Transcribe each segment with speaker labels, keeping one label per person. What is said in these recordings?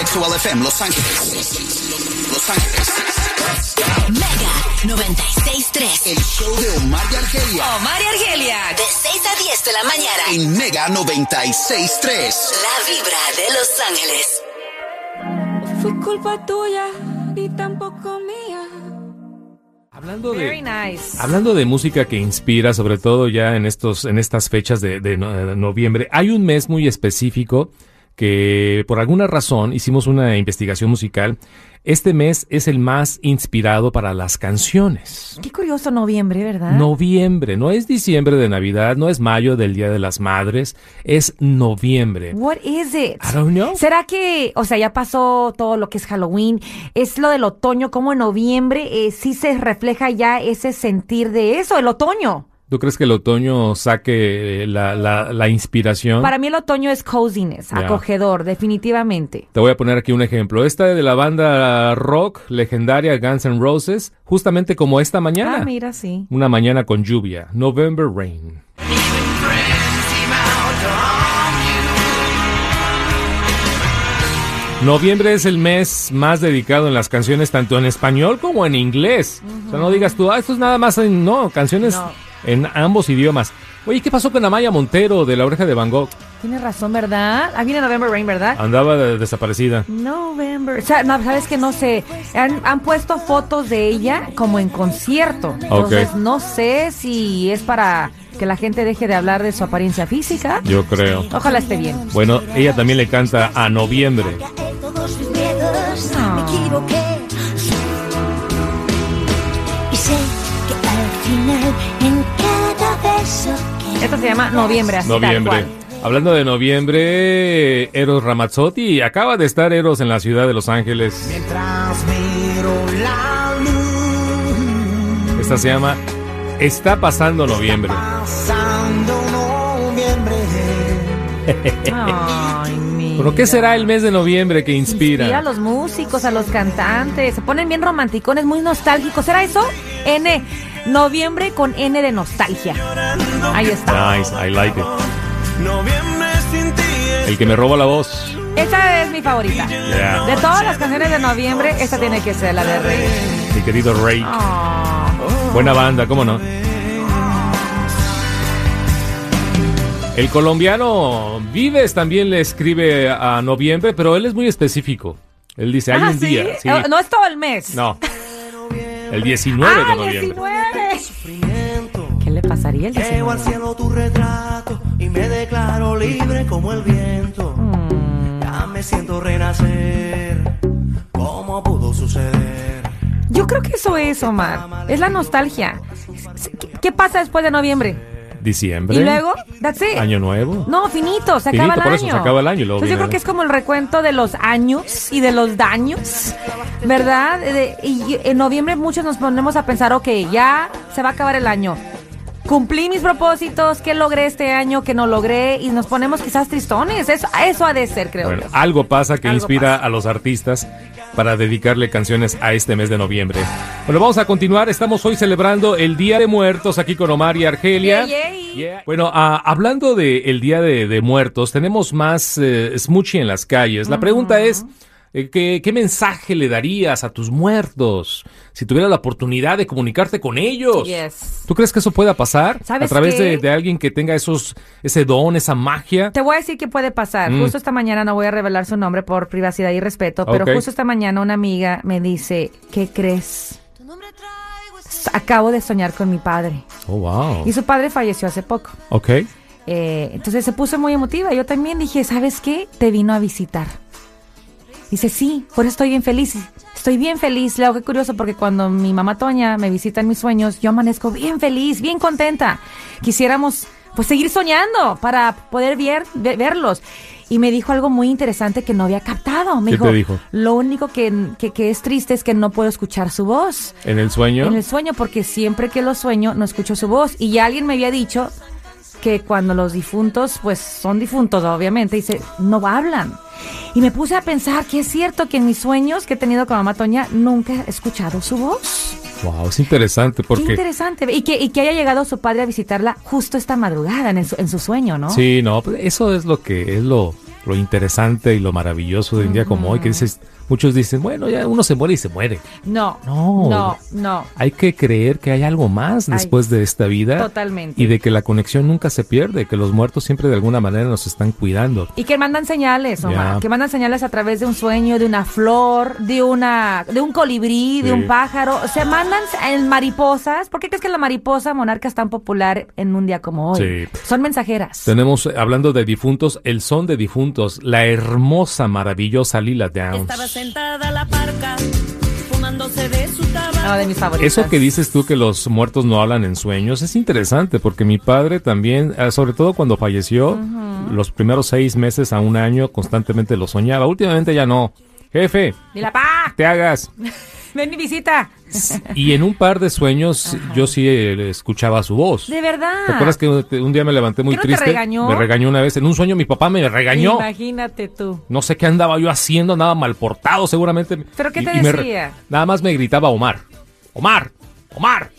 Speaker 1: Actual FM Los Ángeles. Los Ángeles.
Speaker 2: Mega 96.3.
Speaker 1: El show de Omar y Argelia
Speaker 2: Omar y Argelia. De 6 a 10 de la mañana.
Speaker 1: en Mega 96.3.
Speaker 2: La vibra de Los Ángeles.
Speaker 3: Fue culpa tuya y tampoco mía.
Speaker 4: Hablando
Speaker 5: Very
Speaker 4: de,
Speaker 5: nice.
Speaker 4: hablando de música que inspira, sobre todo ya en, estos, en estas fechas de, de no- de noviembre, hay un mes muy específico que por alguna razón hicimos una investigación musical. Este mes es el más inspirado para las canciones.
Speaker 5: Qué curioso noviembre, ¿verdad?
Speaker 4: Noviembre, no es diciembre de Navidad, no es mayo del Día de las Madres, es noviembre.
Speaker 5: What is it?
Speaker 4: I don't know.
Speaker 5: ¿Será que, o sea, ya pasó todo lo que es Halloween? ¿Es lo del otoño? ¿Cómo en noviembre eh, sí se refleja ya ese sentir de eso, el otoño?
Speaker 4: ¿Tú crees que el otoño saque eh, la, la- la inspiración?
Speaker 5: Para mí el otoño es coziness,
Speaker 4: Ya.
Speaker 5: acogedor, definitivamente.
Speaker 4: Te voy a poner aquí un ejemplo. Esta de la banda rock legendaria Guns N' Roses, justamente como esta mañana.
Speaker 5: Ah, mira, sí.
Speaker 4: Una mañana con lluvia, November Rain. Noviembre es el mes más dedicado en las canciones, tanto en español como en inglés. O sea, no digas tú, ah, esto es nada más en. No, canciones
Speaker 5: No.
Speaker 4: en ambos idiomas. Oye, ¿qué pasó con Amaya Montero de La Oreja de Van Gogh?
Speaker 5: Tienes razón, ¿verdad? Ah, viene November Rain, ¿verdad?
Speaker 4: Andaba eh, desaparecida.
Speaker 5: November. O sea, no, sabes que no sé. Han, han puesto fotos de ella como en concierto. Entonces,
Speaker 4: Ok.
Speaker 5: no sé si es para que la gente deje de hablar de su apariencia física.
Speaker 4: Yo creo.
Speaker 5: Ojalá esté bien.
Speaker 4: Bueno, ella también le canta a noviembre.
Speaker 6: Todos mis miedos,
Speaker 5: No.
Speaker 6: me equivoqué. Y sé que al final, en cada beso que
Speaker 5: Esto se llama Noviembre, así
Speaker 4: Noviembre.
Speaker 5: tal cual.
Speaker 4: Hablando de noviembre, Eros Ramazzotti acaba de estar Eros en la ciudad de Los Ángeles. Esta se llama Está pasando noviembre.
Speaker 5: Ay, mira.
Speaker 4: ¿Pero qué será el mes de noviembre que inspira?
Speaker 5: Inspira a los músicos, a los cantantes. Se ponen bien romanticones, muy nostálgicos. ¿Será eso? N. Noviembre con N de nostalgia. Ahí está.
Speaker 4: Nice, I like it. El que me roba la voz.
Speaker 5: Esta es mi favorita.
Speaker 4: Yeah.
Speaker 5: De todas las canciones de noviembre, esta tiene que ser la de Rey.
Speaker 4: Mi querido Rey.
Speaker 5: Ah,
Speaker 4: Buena banda, ¿cómo no? El colombiano Vives también le escribe a noviembre, pero él es muy específico. Él dice, hay
Speaker 5: Ah,
Speaker 4: un
Speaker 5: ¿sí?
Speaker 4: día. sí.
Speaker 5: Eh, No es todo el mes.
Speaker 4: No. El 19
Speaker 5: Ah,
Speaker 4: de noviembre.
Speaker 5: 19. ¿Qué le pasaría el
Speaker 7: Llevo al
Speaker 5: 19?
Speaker 7: cielo tu retrato y me declaro libre como el viento. Ya me siento renacer. ¿Cómo pudo suceder?
Speaker 5: Yo creo que eso es, Omar. Es la nostalgia. ¿Qué- ¿Qué pasa después de noviembre?
Speaker 4: Diciembre.
Speaker 5: Y luego, that's it.
Speaker 4: Año nuevo.
Speaker 5: No, finito, se
Speaker 4: Finito,
Speaker 5: acaba el año.
Speaker 4: por eso, se acaba el año y luego
Speaker 5: Entonces yo
Speaker 4: viene
Speaker 5: creo que
Speaker 4: el-
Speaker 5: es como el recuento de los años y de los daños, ¿verdad? De- y en noviembre muchos nos ponemos a pensar, ok, ya se va a acabar el año. Cumplí mis propósitos, qué logré este año, qué no logré, y nos ponemos quizás tristones. Eso, eso ha de ser, creo
Speaker 4: Bueno,
Speaker 5: yo.
Speaker 4: algo pasa que
Speaker 5: Algo
Speaker 4: inspira
Speaker 5: pasa.
Speaker 4: a los artistas para dedicarle canciones a este mes de noviembre. Bueno, vamos a continuar. Estamos hoy celebrando el Día de Muertos aquí con Omar y Argelia.
Speaker 5: Yeah, yeah.
Speaker 4: Yeah. Bueno, ah, hablando del Día de, de Muertos, tenemos más eh, smoochie en las calles. La pregunta es, eh, ¿qué, qué mensaje le darías a tus muertos si tuvieras la oportunidad de comunicarte con ellos?
Speaker 5: Yes.
Speaker 4: ¿Tú crees que eso pueda pasar
Speaker 5: ¿Sabes
Speaker 4: a través
Speaker 5: qué?
Speaker 4: de, de alguien que tenga esos ese don, esa magia?
Speaker 5: Te voy a decir que puede pasar.
Speaker 4: Mm.
Speaker 5: Justo esta mañana no voy a revelar su nombre por privacidad y respeto, pero
Speaker 4: Ok.
Speaker 5: justo esta mañana una amiga me dice, ¿qué crees? Acabo de soñar con mi padre.
Speaker 4: Oh, wow.
Speaker 5: Y su padre falleció hace poco.
Speaker 4: Ok.
Speaker 5: Eh, entonces se puso muy emotiva. Yo también dije, ¿sabes qué? Te vino a visitar. Dice, sí, por eso estoy bien feliz. Estoy bien feliz. Leo, qué curioso, porque cuando mi mamá Toña me visita en mis sueños, yo amanezco bien feliz, bien contenta. Quisiéramos, pues, seguir soñando para poder ver- ve- verlos. Y me dijo algo muy interesante que no había captado. Me
Speaker 4: ¿Qué te dijo?
Speaker 5: Lo único que, que- que es triste es que no puedo escuchar su voz.
Speaker 4: ¿En el sueño?
Speaker 5: En el sueño, porque siempre que lo sueño no escucho su voz. Y ya alguien me había dicho que cuando los difuntos, pues son difuntos, obviamente, dice, no hablan. Y me puse a pensar que es cierto que en mis sueños que he tenido con mamá Toña nunca he escuchado su voz.
Speaker 4: Wow, es interesante
Speaker 5: Qué
Speaker 4: porque...
Speaker 5: interesante. Y que, y que haya llegado su padre a visitarla justo esta madrugada en, el su, en su sueño, ¿no?
Speaker 4: Sí, no, pues, eso es lo que es lo lo interesante y lo maravilloso de un día como hoy, que dices, muchos dicen, bueno, ya uno se muere y se muere.
Speaker 5: No,
Speaker 4: No.
Speaker 5: no, no.
Speaker 4: Hay que creer que hay algo más
Speaker 5: Ay,
Speaker 4: después de esta vida.
Speaker 5: totalmente.
Speaker 4: Y de que la conexión nunca se pierde, que los muertos siempre de alguna manera nos están cuidando.
Speaker 5: Y que mandan señales, Omar,
Speaker 4: Ya.
Speaker 5: que mandan señales a través de un sueño, de una flor, de una, de un colibrí, de
Speaker 4: Sí.
Speaker 5: un pájaro. O sea, mandan en mariposas. ¿Por qué crees que la mariposa monarca es tan popular en un día como hoy?
Speaker 4: Sí.
Speaker 5: Son mensajeras.
Speaker 4: Tenemos, eh, hablando de difuntos, el son de difuntos, la hermosa, maravillosa Lila Downs.
Speaker 8: Estaba sentada la parca, fumándose de su tabaco.
Speaker 5: Una de mis favoritas.
Speaker 4: Eso que dices tú que los muertos no hablan en sueños es interesante porque mi padre también, eh, sobre todo cuando falleció, los primeros seis meses a un año constantemente lo soñaba. Últimamente ya no. Jefe,
Speaker 5: Dile, pa,
Speaker 4: te hagas.
Speaker 5: ven y visita.
Speaker 4: Y en un par de sueños yo sí eh, escuchaba su voz.
Speaker 5: De verdad.
Speaker 4: ¿Te acuerdas que un- te- un día me levanté muy
Speaker 5: ¿Que no te
Speaker 4: triste?
Speaker 5: regañó?
Speaker 4: Me regañó una vez. En un sueño mi papá me regañó.
Speaker 5: Imagínate tú.
Speaker 4: No sé qué andaba yo haciendo, nada mal portado seguramente.
Speaker 5: ¿Pero qué te
Speaker 4: me re-
Speaker 5: decía?
Speaker 4: nada más me gritaba Omar. Omar, Omar.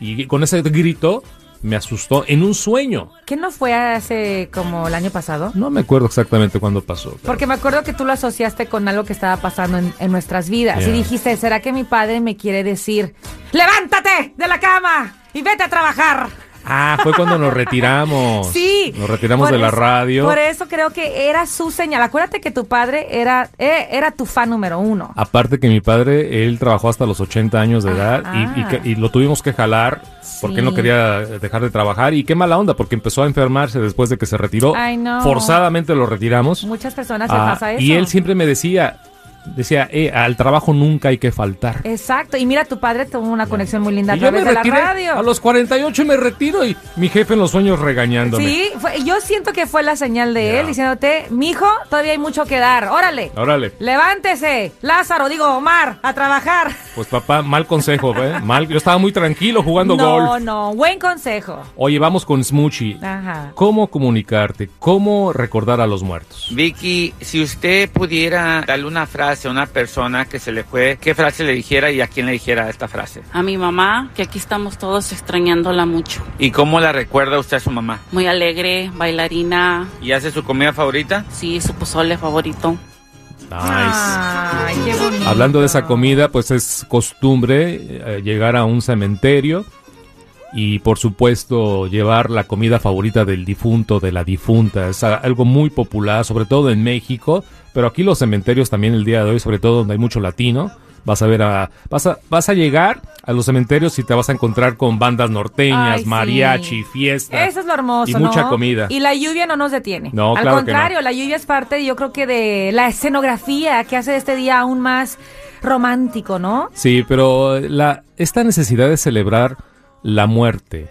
Speaker 4: Y con ese grito me asustó en un sueño.
Speaker 5: ¿Qué no fue hace como el año pasado?
Speaker 4: No me acuerdo exactamente cuándo pasó. pero-
Speaker 5: Porque me acuerdo que tú lo asociaste con algo que estaba pasando en, en nuestras vidas.
Speaker 4: Ya.
Speaker 5: Y dijiste, ¿será que mi padre me quiere decir, levántate de la cama y vete a trabajar?
Speaker 4: Ah, fue cuando nos retiramos.
Speaker 5: Sí.
Speaker 4: Nos retiramos
Speaker 5: Por
Speaker 4: de la
Speaker 5: eso-
Speaker 4: radio.
Speaker 5: Por e- eso creo que era su señal. Acuérdate que tu padre era, eh, era tu fan número uno.
Speaker 4: Aparte que mi padre, él trabajó hasta los 80 años de edad y- y,
Speaker 5: Ajá.
Speaker 4: que- y lo tuvimos que jalar porque él no
Speaker 5: Ah. Sí.
Speaker 4: quería dejar de trabajar. Y qué mala onda, porque empezó a enfermarse después de que se retiró.
Speaker 5: Ay, no.
Speaker 4: Forzadamente lo retiramos.
Speaker 5: Muchas personas se
Speaker 4: Ah,
Speaker 5: pasa eso.
Speaker 4: Y él siempre me decía, decía, "Eh, al trabajo nunca hay que faltar.
Speaker 5: Exacto. Y mira, tu padre tuvo una conexión muy
Speaker 4: Y
Speaker 5: linda Eh, a
Speaker 4: yo me
Speaker 5: través de la
Speaker 4: retiré
Speaker 5: radio.
Speaker 4: a los 48 me retiro y mi jefe en los sueños regañándome.
Speaker 5: Sí, fue- yo siento que fue la señal de
Speaker 4: Ya.
Speaker 5: él diciéndote, mijo, todavía hay mucho que dar. Órale.
Speaker 4: Órale.
Speaker 5: Levántese, Lázaro, digo Omar, a trabajar.
Speaker 4: Pues papá, mal consejo, ¿eh? mal. Yo estaba muy tranquilo jugando
Speaker 5: no, Ah.
Speaker 4: golf.
Speaker 5: no, buen consejo.
Speaker 4: Oye, vamos con Smoochie.
Speaker 5: Ajá.
Speaker 4: ¿Cómo comunicarte? ¿Cómo recordar a los muertos?
Speaker 9: Vicky, si usted pudiera darle una frase a una persona que se le fue, ¿qué frase le dijera y a quién le dijera esta frase?
Speaker 8: A mi mamá, que aquí estamos todos extrañándola mucho.
Speaker 9: ¿Y cómo la recuerda usted a su mamá?
Speaker 8: Muy alegre, bailarina,
Speaker 9: ¿Y hace su comida favorita?
Speaker 8: sí, su pozole favorito.
Speaker 4: Nice.
Speaker 5: Ay, qué bonito.
Speaker 4: Hablando de esa comida, pues es costumbre eh, llegar a un cementerio y por supuesto llevar la comida favorita del difunto, de la difunta. Es a- algo muy popular, sobre todo en México, pero aquí los cementerios también el día de hoy, sobre todo donde hay mucho latino. Vas a ver a, vas a, vas a llegar a los cementerios y te vas a encontrar con bandas norteñas,
Speaker 5: Ay, sí.
Speaker 4: mariachi, fiesta.
Speaker 5: Eso es lo hermoso.
Speaker 4: Y mucha
Speaker 5: ¿no?
Speaker 4: comida.
Speaker 5: Y la lluvia no nos detiene.
Speaker 4: No,
Speaker 5: Al
Speaker 4: claro que
Speaker 5: contrario, la lluvia es parte, yo creo que de la escenografía que hace de este día aún más romántico, ¿no?
Speaker 4: Sí, pero la, esta necesidad de celebrar la muerte,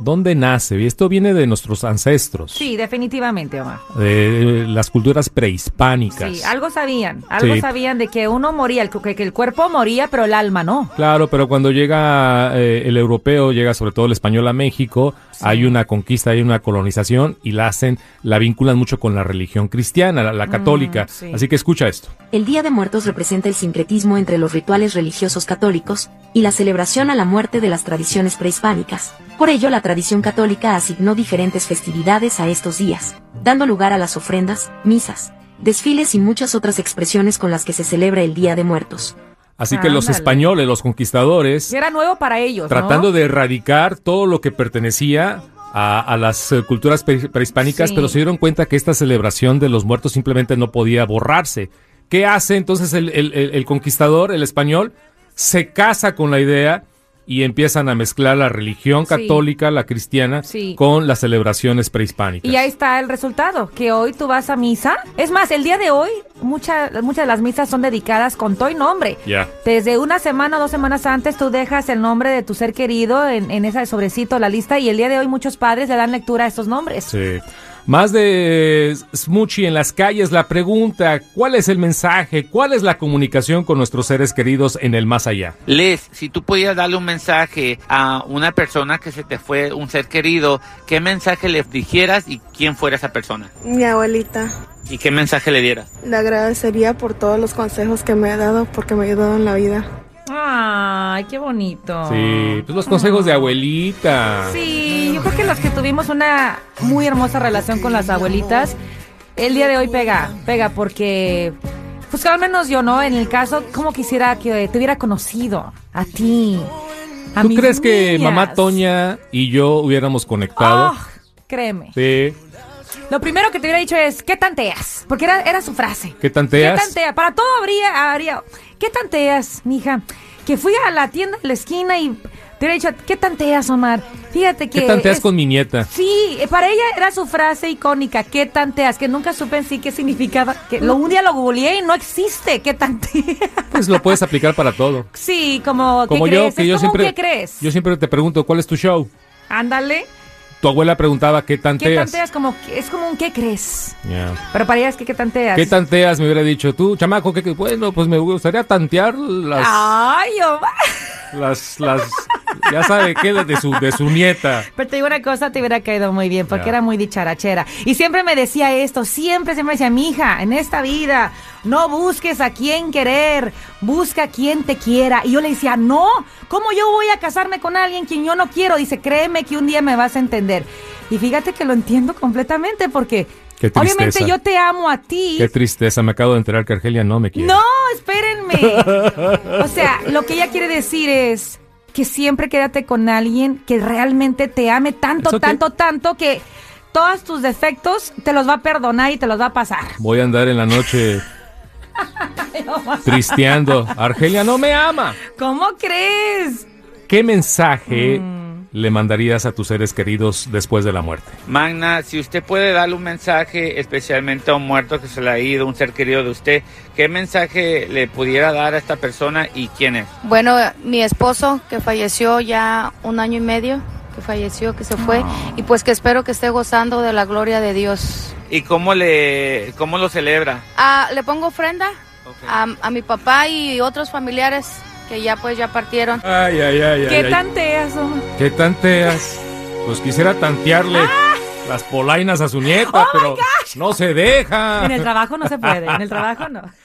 Speaker 4: ¿dónde nace? Y esto viene de nuestros ancestros,
Speaker 5: Sí, definitivamente, Omar.
Speaker 4: de las culturas prehispánicas.
Speaker 5: Sí, algo sabían, algo
Speaker 4: Sí.
Speaker 5: sabían de que uno moría, el cu- que, que el cuerpo moría, pero el alma no.
Speaker 4: Claro, pero cuando llega eh, el europeo, llega sobre todo el español a México, hay una conquista, hay una colonización y la hacen, la vinculan mucho con la religión cristiana, la, la católica.
Speaker 5: Mm, sí.
Speaker 4: Así que escucha esto.
Speaker 10: El Día de Muertos representa el sincretismo entre los rituales religiosos católicos y la celebración a la muerte de las tradiciones prehispánicas. Por ello, la tradición católica asignó diferentes festividades a estos días, dando lugar a las ofrendas, misas, desfiles y muchas otras expresiones con las que se celebra el Día de Muertos.
Speaker 4: Así que los
Speaker 5: Ándale.
Speaker 4: españoles, los conquistadores,
Speaker 5: Era nuevo para ellos, ¿no?
Speaker 4: tratando de erradicar todo lo que pertenecía a, a las eh, culturas pre- prehispánicas,
Speaker 5: Sí.
Speaker 4: pero se dieron cuenta que esta celebración de los muertos simplemente no podía borrarse. ¿Qué hace entonces el, el- el- el conquistador, el español? Se casa con la idea y empiezan a mezclar la religión
Speaker 5: Sí.
Speaker 4: católica, la cristiana,
Speaker 5: Sí.
Speaker 4: con las celebraciones prehispánicas.
Speaker 5: Y ahí está el resultado, que hoy tú vas a misa. Es más, el día de hoy mucha- muchas de las misas son dedicadas con todo y nombre.
Speaker 4: Ya.
Speaker 5: Desde una semana o dos semanas antes tú dejas el nombre de tu ser querido en, en ese sobrecito, la lista, y el día de hoy muchos padres le dan lectura a estos nombres.
Speaker 4: Sí. Más de Smoochie en las calles, la pregunta, ¿cuál es el mensaje? ¿Cuál es la comunicación con nuestros seres queridos en el más allá?
Speaker 9: Liz, si tú pudieras darle un mensaje a una persona que se te fue, un ser querido, ¿qué mensaje le dijeras y quién fuera esa persona?
Speaker 11: Mi abuelita.
Speaker 9: ¿Y qué mensaje le dieras?
Speaker 11: Le agradecería por todos los consejos que me ha dado porque me ha ayudado en la vida.
Speaker 5: Ay, qué bonito.
Speaker 4: Sí, pues los consejos de abuelita.
Speaker 5: Sí, yo creo que los que tuvimos una muy hermosa relación con las abuelitas, el día de hoy pega, pega, porque, pues al menos yo, ¿no? En el caso, como quisiera que te hubiera conocido a ti. A
Speaker 4: ¿Tú
Speaker 5: mis
Speaker 4: crees que
Speaker 5: niñas?
Speaker 4: mamá Toña y yo hubiéramos conectado?
Speaker 5: Oh, créeme.
Speaker 4: Sí.
Speaker 5: Lo primero que te hubiera dicho es, ¿qué tanteas? Porque era, era su frase.
Speaker 4: ¿Qué tanteas?
Speaker 5: ¿Qué tanteas? Para todo habría, habría. ¿Qué tanteas, mija? Que fui a la tienda de la esquina y te hubiera dicho, ¿qué tanteas, Omar? Fíjate que.
Speaker 4: ¿Qué tanteas
Speaker 5: es-
Speaker 4: con mi nieta?
Speaker 5: Sí, eh, para ella era su frase icónica, ¿qué tanteas? Que nunca supe en sí qué significaba. Que lo, un día lo googleé y no existe, ¿qué tanteas?
Speaker 4: Pues lo puedes aplicar para todo.
Speaker 5: Sí, como,
Speaker 4: Como
Speaker 5: ¿qué
Speaker 4: yo,
Speaker 5: crees?
Speaker 4: que
Speaker 5: Es
Speaker 4: yo
Speaker 5: como un
Speaker 4: siempre.
Speaker 5: ¿Qué crees?
Speaker 4: Yo siempre te pregunto, ¿cuál es tu show?
Speaker 5: Ándale.
Speaker 4: Tu abuela preguntaba, ¿qué
Speaker 5: ¿Qué
Speaker 4: tanteas?
Speaker 5: tanteas? Como, es como un ¿qué crees?
Speaker 4: Ya.
Speaker 5: Pero para ella es que ¿qué tanteas?
Speaker 4: ¿Qué tanteas? Me hubiera dicho tú, chamaco, que bueno, pues me gustaría tantear las,
Speaker 5: Ah. Ay, oh, Omar.
Speaker 4: las, las, ya sabe qué, de su, de su nieta.
Speaker 5: Pero te digo una cosa, te hubiera caído muy bien, porque
Speaker 4: Ya.
Speaker 5: era muy dicharachera. Y siempre me decía esto, siempre, siempre me decía, mija, en esta vida, no busques a quien querer, busca a quien te quiera. Y yo le decía, no, ¿cómo yo voy a casarme con alguien quien yo no quiero? Dice, créeme que un día me vas a entender. Y fíjate que lo entiendo completamente, porque
Speaker 4: Qué tristeza.
Speaker 5: obviamente yo te amo a ti.
Speaker 4: Qué tristeza, me acabo de enterar que Argelia no me quiere.
Speaker 5: No, espérenme. O sea, lo que ella quiere decir es que siempre quédate con alguien que realmente te ame tanto,
Speaker 4: Eso que-
Speaker 5: tanto, tanto que todos tus defectos te los va a perdonar y te los va a pasar.
Speaker 4: Voy a andar en la noche tristeando. Argelia no me ama.
Speaker 5: ¿Cómo crees?
Speaker 4: ¿Qué mensaje le mandarías a tus seres queridos después de la muerte?
Speaker 9: Magna, si usted puede darle un mensaje, especialmente a un muerto que se le ha ido, un ser querido de usted, ¿qué mensaje le pudiera dar a esta persona y quién es?
Speaker 12: Bueno, mi esposo que falleció ya un año y medio, que falleció, que se fue, y pues que espero que esté gozando de la gloria de Dios.
Speaker 9: ¿Y cómo, le, cómo lo celebra?
Speaker 12: Ah, le pongo ofrenda a, a mi papá y otros familiares que ya pues ya partieron.
Speaker 4: Ay, ay, ay,
Speaker 12: ¿Qué
Speaker 4: ay, ay.
Speaker 5: tanteas,
Speaker 4: ¿Qué tanteas? Pues quisiera tantearle las polainas a su nieta, pero no se deja.
Speaker 5: En el trabajo no se puede, en el trabajo no.